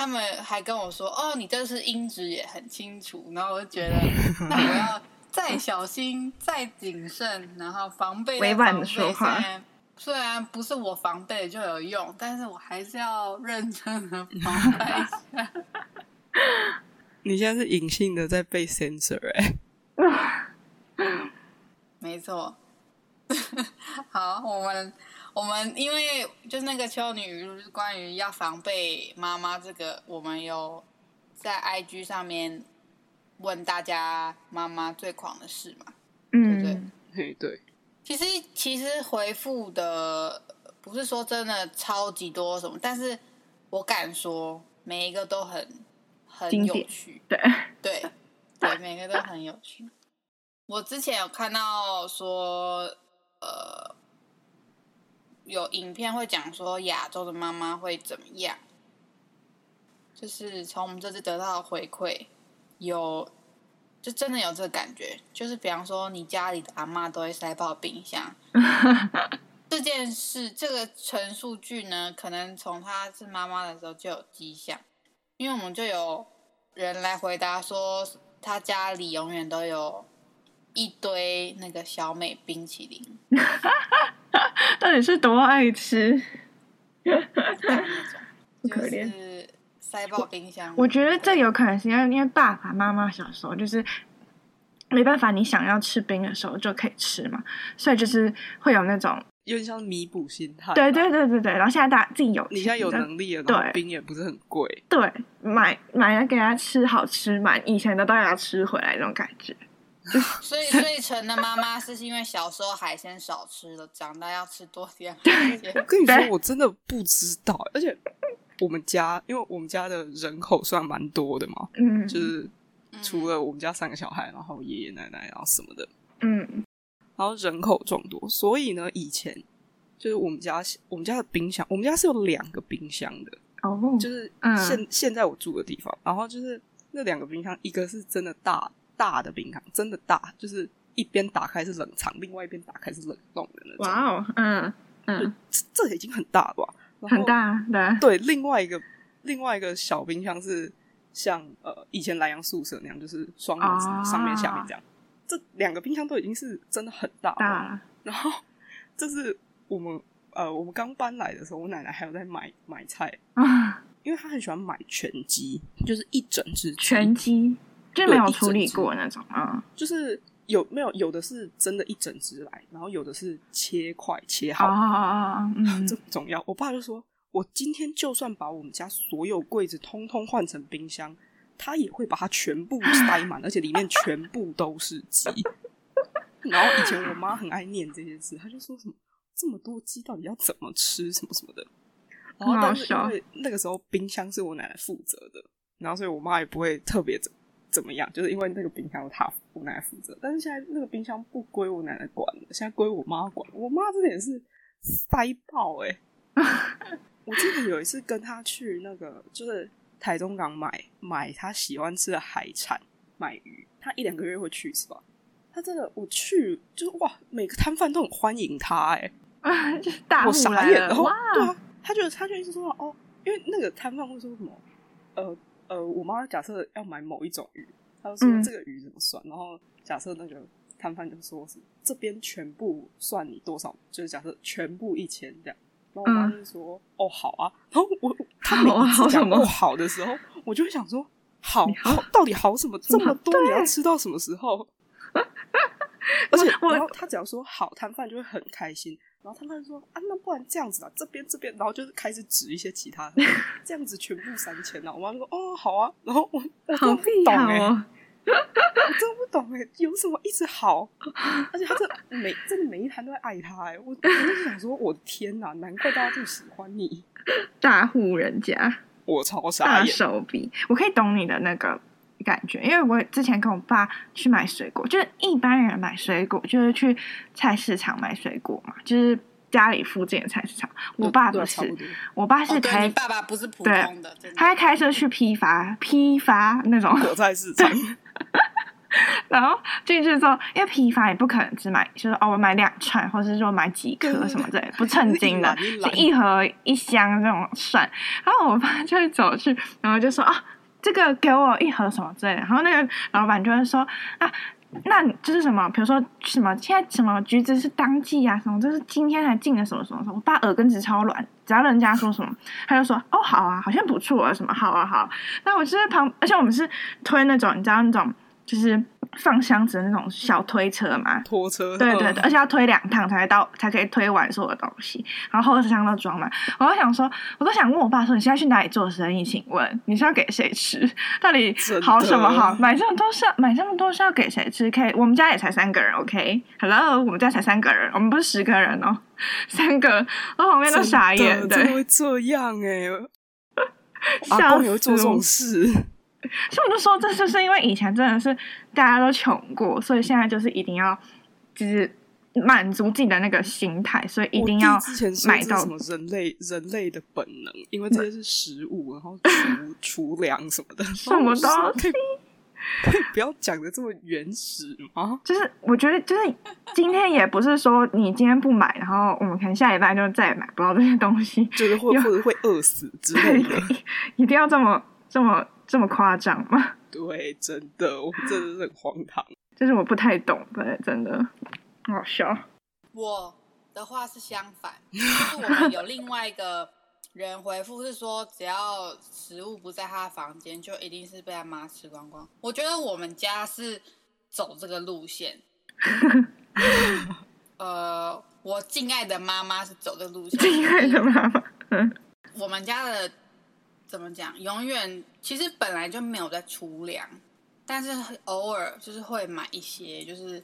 Speaker 2: 他们还跟我说：“哦，你这是音质也很清楚。”然后我 就觉得，那我要再小心、再谨慎，然后防备
Speaker 1: 委婉地说话。
Speaker 2: 防备虽然虽然不是我防备就有用，但是我还是要认真 的防备一下。
Speaker 3: 你现在是隐性的在被 censor 哎、
Speaker 2: 没错。 好，我们我们因为就是那个秋女语录，就是关于要防备妈妈这个，我们有在 IG 上面问大家妈妈最狂的事嘛？对对
Speaker 1: 嗯，
Speaker 3: 嘿，对，
Speaker 2: 其实其实回复的呃不是说真的超级多什么，但是我敢说每一个都很很
Speaker 1: 经典
Speaker 2: 有趣。
Speaker 1: 对，
Speaker 2: 对，对，每个都很有趣。我之前有看到说，呃，有影片会讲说亚洲的妈妈会怎么样，就是从我们这次得到的回馈，有就真的有这个感觉，就是比方说你家里的阿妈都会塞爆冰箱。这件事，这个陈述句呢，可能从她是妈妈的时候就有迹象，因为我们就有人来回答说，他家里永远都有一堆那个小美冰淇淋
Speaker 1: 到底是多爱吃？
Speaker 2: 那种，
Speaker 1: 不
Speaker 2: 就
Speaker 1: 可怜
Speaker 2: 是塞爆冰箱。
Speaker 1: 我觉得这有可能是因为因为爸爸妈妈小时候就是没办法，你想要吃冰的时候就可以吃嘛，所以就是会有那种
Speaker 3: 有点像弥补心态。
Speaker 1: 对，对对对对，然后现在大家自己有钱，
Speaker 3: 你现在有
Speaker 1: 就
Speaker 3: 能力了，然后
Speaker 1: 对
Speaker 3: 冰也不是很贵，
Speaker 1: 对买买了给他吃好吃，买以前的都要吃回来那种感觉，
Speaker 2: 所以 所以陈的妈妈是因为小时候海鲜少吃了，长大要吃多点海
Speaker 3: 我
Speaker 2: 鲜。
Speaker 3: 跟你说
Speaker 1: 对，
Speaker 3: 我真的不知道，而且我们家，因为我们家的人口算蛮多的嘛，
Speaker 1: 嗯，
Speaker 3: 就是
Speaker 2: 嗯
Speaker 3: 除了我们家三个小孩，然后爷爷奶奶，然后什么的，
Speaker 1: 嗯
Speaker 3: 然后人口众多，所以呢，以前就是我们家我们家的冰箱，我们家是有两个冰箱的，
Speaker 1: 哦，
Speaker 3: 就是
Speaker 1: 嗯
Speaker 3: 现、现在我住的地方，然后就是那两个冰箱，一个是真的大大的冰箱，真的大，就是一边打开是冷藏，另外一边打开是冷冻的那种。
Speaker 1: 哇哦，嗯嗯，
Speaker 3: 这这已经很大了吧？然后
Speaker 1: 很。大 的，
Speaker 3: 对，另外一个另外一个小冰箱是像呃以前莱阳宿舍那样，就是双门
Speaker 1: 啊
Speaker 3: 上面下面这样。这两个冰箱都已经是真的很大了。
Speaker 1: 大了，
Speaker 3: 然后这是我们呃我们刚搬来的时候，我奶奶还有在买买菜，
Speaker 1: 啊，
Speaker 3: 因为她很喜欢买全鸡，就是一整只鸡
Speaker 1: 全鸡就是
Speaker 3: 对
Speaker 1: 没有
Speaker 3: 一
Speaker 1: 处
Speaker 3: 整
Speaker 1: 理
Speaker 3: 只
Speaker 1: 过那种，嗯
Speaker 3: 就是有没有有的是真的一整只来，然后有的是切块切
Speaker 1: 哦
Speaker 3: 好，
Speaker 1: 哦哦，哦嗯，
Speaker 3: 这不重要。我爸就说，我今天就算把我们家所有柜子通通换成冰箱，他也会把它全部塞满，而且里面全部都是鸡。 然后以前我妈很爱念这件事，她就说什么这么多鸡到底要怎么吃什么什么的。然后但是
Speaker 1: 很
Speaker 3: 因
Speaker 1: 好笑
Speaker 3: 为那个时候冰箱是我奶奶负责的，然后所以我妈也不会特别怎怎么样，就是因为那个冰箱是他我奶奶负责，但是现在那个冰箱不归我奶奶管了，现在归我妈管。我妈这点是塞爆 哎、我记得有一次跟她去那个就是台中港买买她喜欢吃的海产，买鱼，她一两个月会去一次吧。她真的我去就是哇，每个摊贩都很欢迎她哎、
Speaker 1: 就是大户
Speaker 3: 我傻
Speaker 1: 来
Speaker 3: 眼，
Speaker 1: 了
Speaker 3: 然后
Speaker 1: 哇！
Speaker 3: 对啊，他就他就一直说哦，因为那个摊贩会说什么，呃呃，我妈假设要买某一种鱼，他就说
Speaker 1: 嗯
Speaker 3: 这个鱼怎么算，然后假设那个摊贩就说是这边全部算你多少，就是假设全部一千这样。然后我妈
Speaker 1: 嗯
Speaker 3: 就说：“哦，好啊。”然后我 他每
Speaker 1: 好啊
Speaker 3: 一次
Speaker 1: 好什
Speaker 3: 讲“
Speaker 1: 么
Speaker 3: 哦好”的时候，我就会想说：“好
Speaker 1: 你好
Speaker 3: 好，到底好什么？
Speaker 1: 什
Speaker 3: 这
Speaker 1: 么
Speaker 3: 么
Speaker 1: 好
Speaker 3: 多，
Speaker 1: 对
Speaker 3: 你要吃到什么时 候？”而且，
Speaker 1: 我
Speaker 3: 然后他只要说好，摊贩就会很开心。然后摊贩说啊，那不然这样子啊，这边这边，然后就是开始指一些其他的， 这样子全部三千啊。我妈就说哦，好啊。然后我我
Speaker 1: 好
Speaker 3: 真的不
Speaker 1: 厉
Speaker 3: 懂
Speaker 1: 害
Speaker 3: 哎、
Speaker 1: 哦！
Speaker 3: 我真的不懂哎、有什么一直好？而且他 这每真的每一摊都在爱他哎、我我就想说，我的天哪，难怪大家这么喜欢你，
Speaker 1: 大户人家。
Speaker 3: 我超傻
Speaker 1: 大
Speaker 3: 眼。
Speaker 1: 手笔，我可以懂你的那个感觉，因为我之前跟我爸去买水果，就是一般人买水果就是去菜市场买水果嘛，就是家里附近的菜市场。我爸
Speaker 3: 对
Speaker 1: 不
Speaker 3: 啊差
Speaker 1: 是
Speaker 3: 不，多
Speaker 1: 我爸是
Speaker 2: 哦对
Speaker 1: 开、
Speaker 2: 你爸爸不是普通的，真的
Speaker 1: 他会开车去批发批发那 种，
Speaker 3: 果菜市场，
Speaker 1: 然后进去之后，因为批发也不可能只买，就是哦我买两串，或是说买几
Speaker 3: 对
Speaker 1: 颗
Speaker 3: 对
Speaker 1: 什么之类的，不
Speaker 3: 对
Speaker 1: 称斤的，
Speaker 3: 一篮一
Speaker 1: 是
Speaker 3: 篮
Speaker 1: 一盒一箱这种算。然后我爸就会走去，然后就说啊，这个给我一盒什么之类的。然后那个老板就会说啊。那你就是什么，比如说什么，现在什么橘子是当季啊，什么这是今天才进的什么什么什么。我爸耳根子超软，只要人家说什么，他就说哦好啊，好像不错啊，什么好啊好啊。那我就在旁，而且我们是推那种你知道那种就是放箱子的那种小推车嘛，
Speaker 3: 拖 车，
Speaker 1: 对对
Speaker 3: 嗯
Speaker 1: 对，而且要推两趟才到，才可以推完所有东西，然后后车厢都装满。我就想说，我都想问我爸说，你现在去哪里做生意？请问你是要给谁吃？到底
Speaker 3: 真的
Speaker 1: 好什么好？买这么多是要买这么多是要给谁吃？可以，我们家也才三个人，OK？Hello，、我们家才三个人，我们不是十个人哦， 三个，我旁边都傻眼，
Speaker 3: 真的真的
Speaker 1: 对，
Speaker 3: 会这样哎、阿
Speaker 1: 笑
Speaker 3: 公也会做这
Speaker 1: 死我
Speaker 3: 种。事，
Speaker 1: 所以我就说，这就是因为以前真的是大家都穷过，所以现在就是一定要就是满足自己的那个心态，所以一定要
Speaker 3: 我弟之前说
Speaker 1: 买
Speaker 3: 这
Speaker 1: 到
Speaker 3: 是什么人类人类的本能，因为这些是食物，然后厨厨 粮什么的，
Speaker 1: 什么
Speaker 3: 然后我
Speaker 1: 东
Speaker 3: 就说可以可以不要讲的这么原始吗？
Speaker 1: 就是我觉得，就是今天也不是说你今天不买，然后我们可能下礼拜就再也买不到这些东西，
Speaker 3: 就是会
Speaker 1: 有
Speaker 3: 或者会饿死之类的。
Speaker 1: 一定要这么这么这么夸张吗？
Speaker 3: 对，真的，我真的是很荒唐。
Speaker 1: 就是我不太懂，对，真的很好笑。
Speaker 2: 我的话是相反，就是我们有另外一个人回复是说，只要食物不在他的房间，就一定是被他妈吃光光。我觉得我们家是走这个路线，呃，我敬爱的妈妈是走这个路线，
Speaker 1: 亲爱的妈妈，嗯
Speaker 2: 我们家的怎么讲，永远其实本来就没有在粗粮，但是偶尔就是会买一些，就是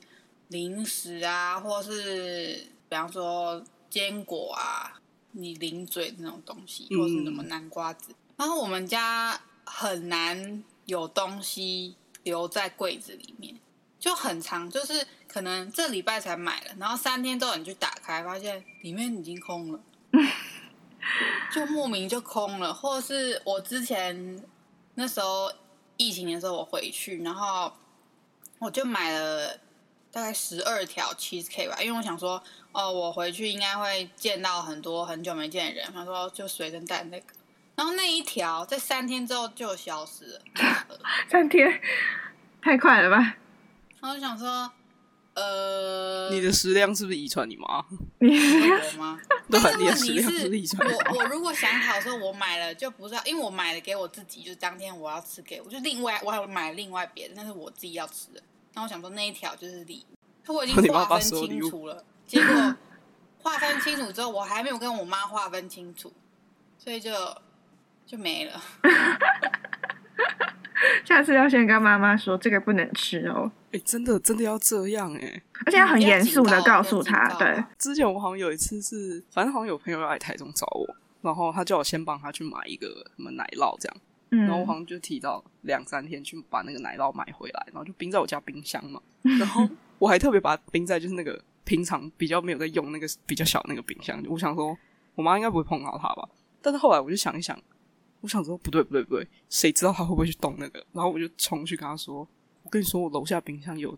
Speaker 2: 零食啊，或是比方说坚果啊，你零嘴那种东西，
Speaker 3: 嗯
Speaker 2: 或是什么南瓜子。然后我们家很难有东西留在柜子里面，就很长，就是可能这礼拜才买了，然后三天之后你去打开，发现里面已经空了。就莫名就空了，或是我之前那时候疫情的时候，我回去，然后我就买了大概十二条 cheesecake 吧，因为我想说，哦，我回去应该会见到很多很久没见的人，他说就随身带那个，然后那一条在三天之后就消失了，
Speaker 1: 三天太快了吧？
Speaker 2: 然后我想说，呃，
Speaker 3: 你的食量是不是遗传你妈？
Speaker 1: 你是
Speaker 2: 我吗？
Speaker 3: 对啊
Speaker 2: 但，是
Speaker 3: 你的
Speaker 2: 问
Speaker 3: 食
Speaker 2: 题
Speaker 3: 量是不是遗
Speaker 2: 是
Speaker 3: 传你妈？
Speaker 2: 我我如果想好说，我买了就不是要，因为我买了给我自己，就是当天我要吃给我，就另外我还有买另外别的，但是我自己要吃的。然后我想说那一条就是礼物，可我已
Speaker 3: 你
Speaker 2: 经
Speaker 3: 妈
Speaker 2: 划
Speaker 3: 把
Speaker 2: 分
Speaker 3: 所有礼
Speaker 2: 清
Speaker 3: 物
Speaker 2: 楚了，结果划分清楚之后，我还没有跟我妈划分清楚，所以就就没了。
Speaker 1: 下次要先跟妈妈说这个不能吃哦，
Speaker 3: 哎、真的真的要这样哎、
Speaker 1: 而且要很严肃的告诉
Speaker 2: 要
Speaker 1: 他，
Speaker 2: 警告啊
Speaker 1: 对，
Speaker 3: 之前我好像有一次是，反正好像有朋友要来台中找我，然后他叫我先帮他去买一个什么奶酪这样。
Speaker 1: 嗯
Speaker 3: 然后我好像就提到两三天去把那个奶酪买回来，然后就冰在我家冰箱嘛。然后我还特别把它冰在就是那个平常比较没有在用那个比较小那个冰箱，我想说我妈应该不会碰到它吧。但是后来我就想一想，我想说不对不对不对，谁知道她会不会去动那个？然后我就冲去跟她说：“我跟你说，我楼下冰箱有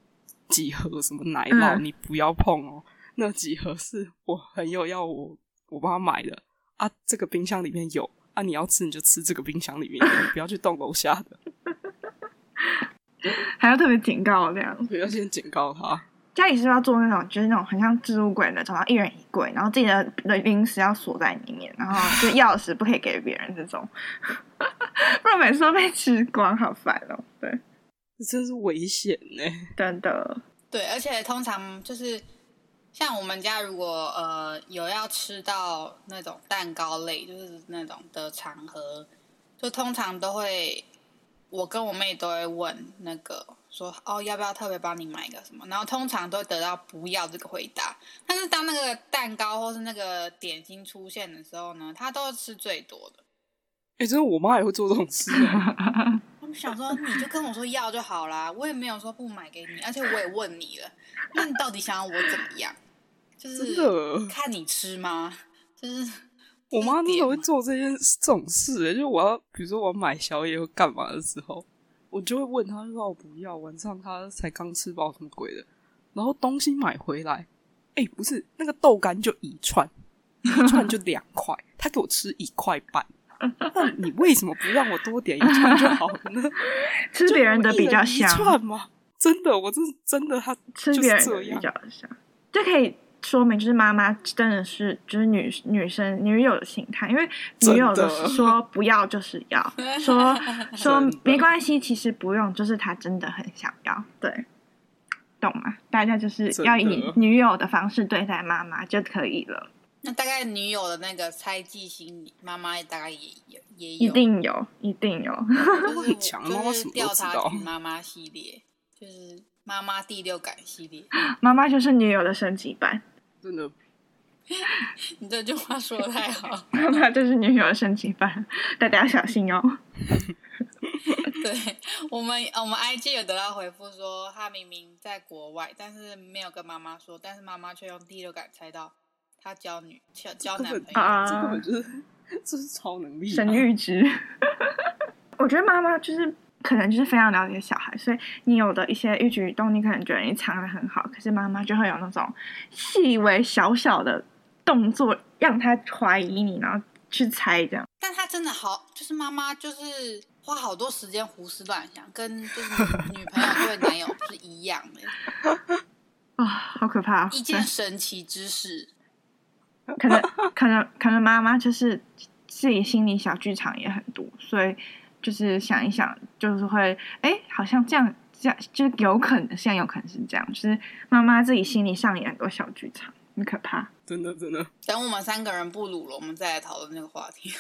Speaker 3: 几盒什么奶酪，
Speaker 1: 嗯
Speaker 3: 你不要碰哦。那几盒是我朋友要我我帮他买的啊，这个冰箱里面有啊，你要吃你就吃这个冰箱里面的，你不要去动楼下的。”
Speaker 1: 还要特别警告我这样。
Speaker 3: 我要先警告他。
Speaker 1: 家里是不是要做那种，就是那种很像置物柜的，找到一人一柜，然后自己的的零食要锁在里面，然后就钥匙不可以给别人这种， 不然每次都被吃光，好烦哦。对，
Speaker 3: 这真是危险呢、
Speaker 1: 真的，
Speaker 2: 对，而且通常就是像我们家如果呃有要吃到那种蛋糕类，就是那种的场合，就通常都会我跟我妹都会问那个说哦要不要特别帮你买一个什么，然后通常都会得到不要这个回答。但是当那个蛋糕或是那个点心出现的时候呢，她都是吃最多的。
Speaker 3: 哎、真的，我妈也会做这种事、啊
Speaker 2: 我想说，你就跟我说要就好啦，我也没有说不买给你，而且我也问你了，那你到底想要我怎么样？就
Speaker 3: 真
Speaker 2: 是
Speaker 3: 的。
Speaker 2: 看你吃吗？就是
Speaker 3: 我妈真的会
Speaker 2: 点嘛
Speaker 3: 做这件事这种事、欸，就是我要，比如说我要买宵夜或干嘛的时候，我就会问她，就说我不要，晚上她才刚吃饱什么鬼的，然后东西买回来，哎、不是那个豆干就一串，一串就两块，她给我吃一块半，那你为什么不让我多点一串就好了呢？
Speaker 1: 吃别人的比较香，
Speaker 3: 就我一人一串嘛，真的，我真真的，她
Speaker 1: 吃
Speaker 3: 就是
Speaker 1: 别人
Speaker 3: 这
Speaker 1: 的比
Speaker 3: 样。
Speaker 1: 较香，这可以说明就是妈妈真的是就是女女生女友的心态，因为女友
Speaker 3: 真
Speaker 1: 的
Speaker 3: 的
Speaker 1: 说不要就是要， 说说
Speaker 3: 真的
Speaker 1: 没关系，其实不用，就是她真的很想要，对，懂吗？大家就是
Speaker 3: 真的
Speaker 1: 要以女友的方式对待妈妈就可以了，
Speaker 2: 那大概女友的那个猜忌心，妈妈大概也有也有，
Speaker 1: 一定有，一定有，
Speaker 2: 就是我
Speaker 3: 很强妈妈
Speaker 2: 就
Speaker 3: 什
Speaker 2: 是
Speaker 3: 么都
Speaker 2: 调
Speaker 3: 知
Speaker 2: 查
Speaker 3: 道
Speaker 2: 局妈妈系列，就是妈妈第六感系列。
Speaker 1: 妈妈就是女友的升级版，
Speaker 3: 真的
Speaker 2: 你这句话说的太好，
Speaker 1: 妈妈就是女友的升级版，大家要小心哦。
Speaker 2: 对我们，我们 IG 有得到回复说，他明明在国外，但是没有跟妈妈说，但是妈妈却用第六感猜到他交女交交男朋友。
Speaker 1: 啊
Speaker 3: 这根本就是这是超能力、啊，
Speaker 1: 神阈值。 我觉得妈妈就是可能就是非常了解小孩，所以你有的一些一举一动，你可能觉得你藏的很好，可是妈妈就会有那种细微小小的动作，让他怀疑你，然后去猜这样。
Speaker 2: 但他真的好，就是妈妈就是花好多时间胡思乱想，跟就是女女朋友对男友是一样的，
Speaker 1: 啊、好可怕、哦！
Speaker 2: 一件神奇之事。
Speaker 1: 对可能可能 可能妈妈就是自己心里小剧场也很多，所以就是想一想，就是会哎，好像这样这样，就是有可能，现在有可能是这样，就是妈妈自己心里上演很多小剧场，很可怕。
Speaker 3: 真的真的，
Speaker 2: 等我们三个人不鲁了，我们再来讨论这个话题。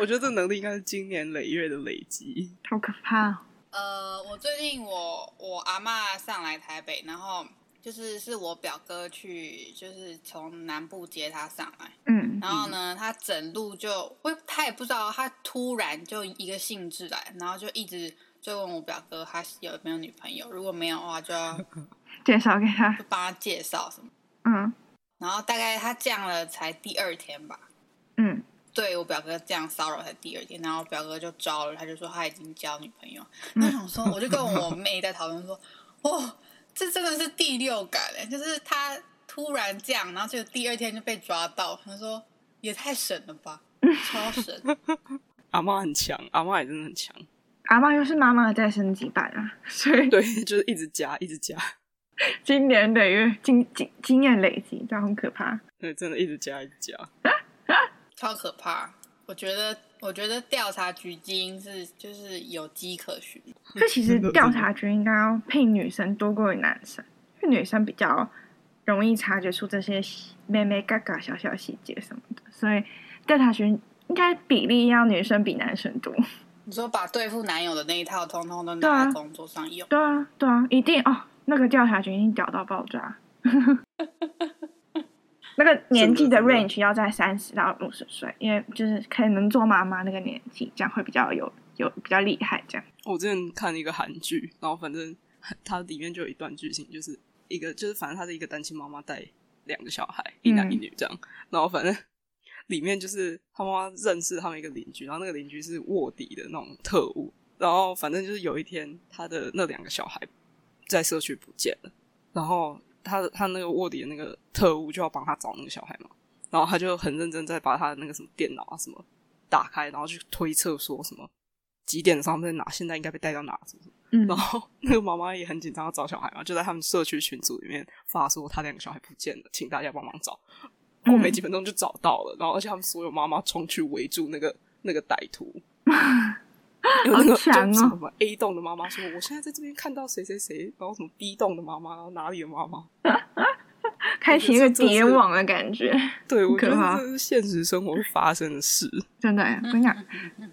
Speaker 3: 我觉得这能力应该是经年累月的累积。
Speaker 1: 好可怕、哦！
Speaker 2: 呃，我最近我我阿嬷上来台北，然后就是是我表哥去，就是从南部接她上来，
Speaker 1: 嗯
Speaker 2: 然后呢，他整路就我也他也不知道，他突然就一个兴致来，然后就一直就问我表哥他有没有女朋友，如果没有的话就要就，
Speaker 1: 介绍给他，
Speaker 2: 帮他介绍什么，
Speaker 1: 嗯
Speaker 2: 然后大概他这样了才第二天吧，
Speaker 1: 嗯，
Speaker 2: 对我表哥这样骚扰才第二天，然后我表哥就招了，他就说他已经交女朋 友。
Speaker 1: 嗯
Speaker 2: 他想说，我就跟我妹在讨论说，哦，这真的是第六感哎，就是他突然这样，然后就第二天就被抓到。他说也太神了 吧，超神！
Speaker 3: 阿妈很强，阿妈也真的很强。
Speaker 1: 阿妈又是妈妈的再升级版啊， 所以
Speaker 3: 对，就是一直加，一直加，
Speaker 1: 经年累月、经经经验累积，这样很可怕。
Speaker 3: 对，真的一直加，一直加。
Speaker 2: 超可怕。我觉得，我觉得调查局基因是就是有迹可循。
Speaker 1: 这其实调查局应该要配女生多过于男生，因为女生比较容易察觉出这些细妹妹嘎嘎小小细节什么的，所以调查局应该比例要女生比男生多。
Speaker 2: 你说把对付男友的那一套，通通都
Speaker 1: 对啊
Speaker 2: 拿在工作上用。
Speaker 1: 对啊， 对啊，一定哦，那个调查局一定屌到爆炸。那个年纪的 range 要在三十到五十岁，因为就是可能做妈妈那个年纪，这样会比较有有比较厉害。这样
Speaker 3: 我之前看一个韩剧，然后反正它里面就有一段剧情，就是一个就是反正她是一个单亲妈妈带两个小孩，一男一女这样，然后反正 里面就是他妈妈认识他们一个邻居，然后那个邻居是卧底的那种特务，然后反正就是有一天他的那两个小孩在社区不见了，然后。他他那个卧底的那个特务就要帮他找那个小孩嘛，然后他就很认真在把他的那个什么电脑啊什么打开，然后去推测说什么几点的时候他们在哪，现在应该被带到哪什么什么。
Speaker 1: 嗯
Speaker 3: 然后那个妈妈也很紧张要找小孩嘛，就在他们社区群组里面发说他两个小孩不见了，请大家帮忙找。过
Speaker 1: 嗯
Speaker 3: 没几分钟就找到了，然后而且他们所有妈妈冲去围住那个那个歹 徒。有那个
Speaker 1: 好强
Speaker 3: 就
Speaker 1: 哦
Speaker 3: 什么 A 栋的妈妈说，我现在在这边看到谁谁谁，然后什么 B 栋的妈妈，然后哪里的妈妈，
Speaker 1: 开启一个蝶网的感觉，
Speaker 3: 对，我
Speaker 1: 可
Speaker 3: 觉得
Speaker 1: 怕
Speaker 3: 这是现实生活会发生的事。
Speaker 1: 真的耶。我跟你讲，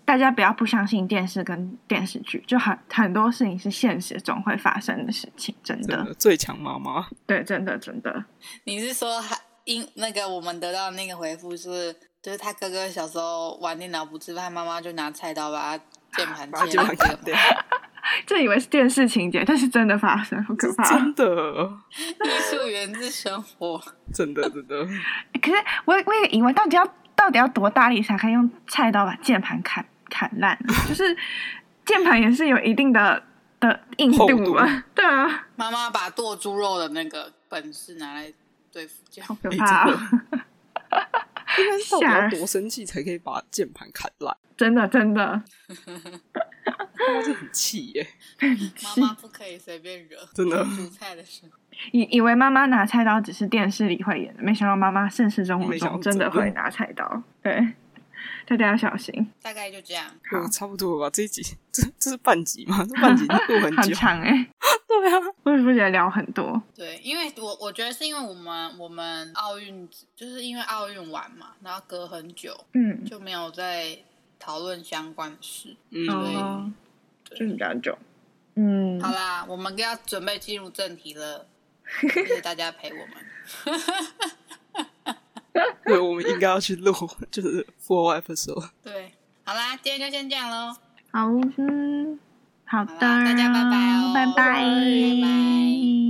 Speaker 1: 大家不要不相信电视跟电视剧，就很很多事情是现实中会发生的事情，真
Speaker 3: 真
Speaker 1: 的，
Speaker 3: 的，最强妈妈，
Speaker 1: 对，真的，真的。
Speaker 2: 你是说还因那个我们得到的那个回复是，就是他哥哥小时候玩电脑不吃饭，妈妈就拿菜刀把他键盘
Speaker 3: 把
Speaker 2: 切
Speaker 3: 键
Speaker 2: 了
Speaker 3: 盘砍掉，
Speaker 1: 这以为是电视情节，但是真的发生，好可怕！
Speaker 3: 真的，
Speaker 2: 艺 术源自生活。
Speaker 3: 真的，真的，
Speaker 1: 可是我我有个疑问，到底要到底要多大力才可以用菜刀把键盘砍砍烂 啊？就是键盘也是有一定的的硬
Speaker 3: 厚
Speaker 1: 度
Speaker 3: 度
Speaker 1: 吧？对啊，
Speaker 2: 妈妈把剁猪肉的那个本事拿来对付这
Speaker 1: 好
Speaker 2: 样，
Speaker 1: 可怕、
Speaker 3: 哎
Speaker 1: 哦！
Speaker 3: 应该是到底
Speaker 1: 吓
Speaker 3: 要
Speaker 1: 人
Speaker 3: 多生气才可以把键盘砍烂？
Speaker 1: 真的真的，
Speaker 3: 他妈就很气耶，
Speaker 2: 妈妈不可以随便惹。
Speaker 3: 真的
Speaker 2: 煮菜的时候，
Speaker 1: 以以为妈妈拿菜刀只是电视里会演的，没想到妈妈现实生活
Speaker 3: 没想到
Speaker 1: 中真的
Speaker 3: 真的
Speaker 1: 会拿菜刀。对，大家要小心。
Speaker 2: 大概就这样。
Speaker 1: 好
Speaker 3: 对，差不多了吧？这一集，这这是半集吗？这半集录很
Speaker 1: 很
Speaker 3: 久，
Speaker 1: 长哎、
Speaker 3: 对啊，
Speaker 1: 不知不觉聊很多。
Speaker 2: 对，因为我我觉得是因为我们我们奥运就是因为奥运完嘛，然后隔很久
Speaker 1: 嗯，
Speaker 2: 就没有再讨论相关的事。
Speaker 3: 嗯，
Speaker 1: 哦，就比较久。嗯，
Speaker 2: 好啦，我们要准备进入正题了，谢谢大家陪我们。
Speaker 3: 对，我们应该要去录，就是 full episode，
Speaker 2: 对，好啦，今天就先这样喽，
Speaker 1: 好，嗯，好的，
Speaker 2: 好啦大家拜拜哦
Speaker 1: 拜拜，
Speaker 2: 拜拜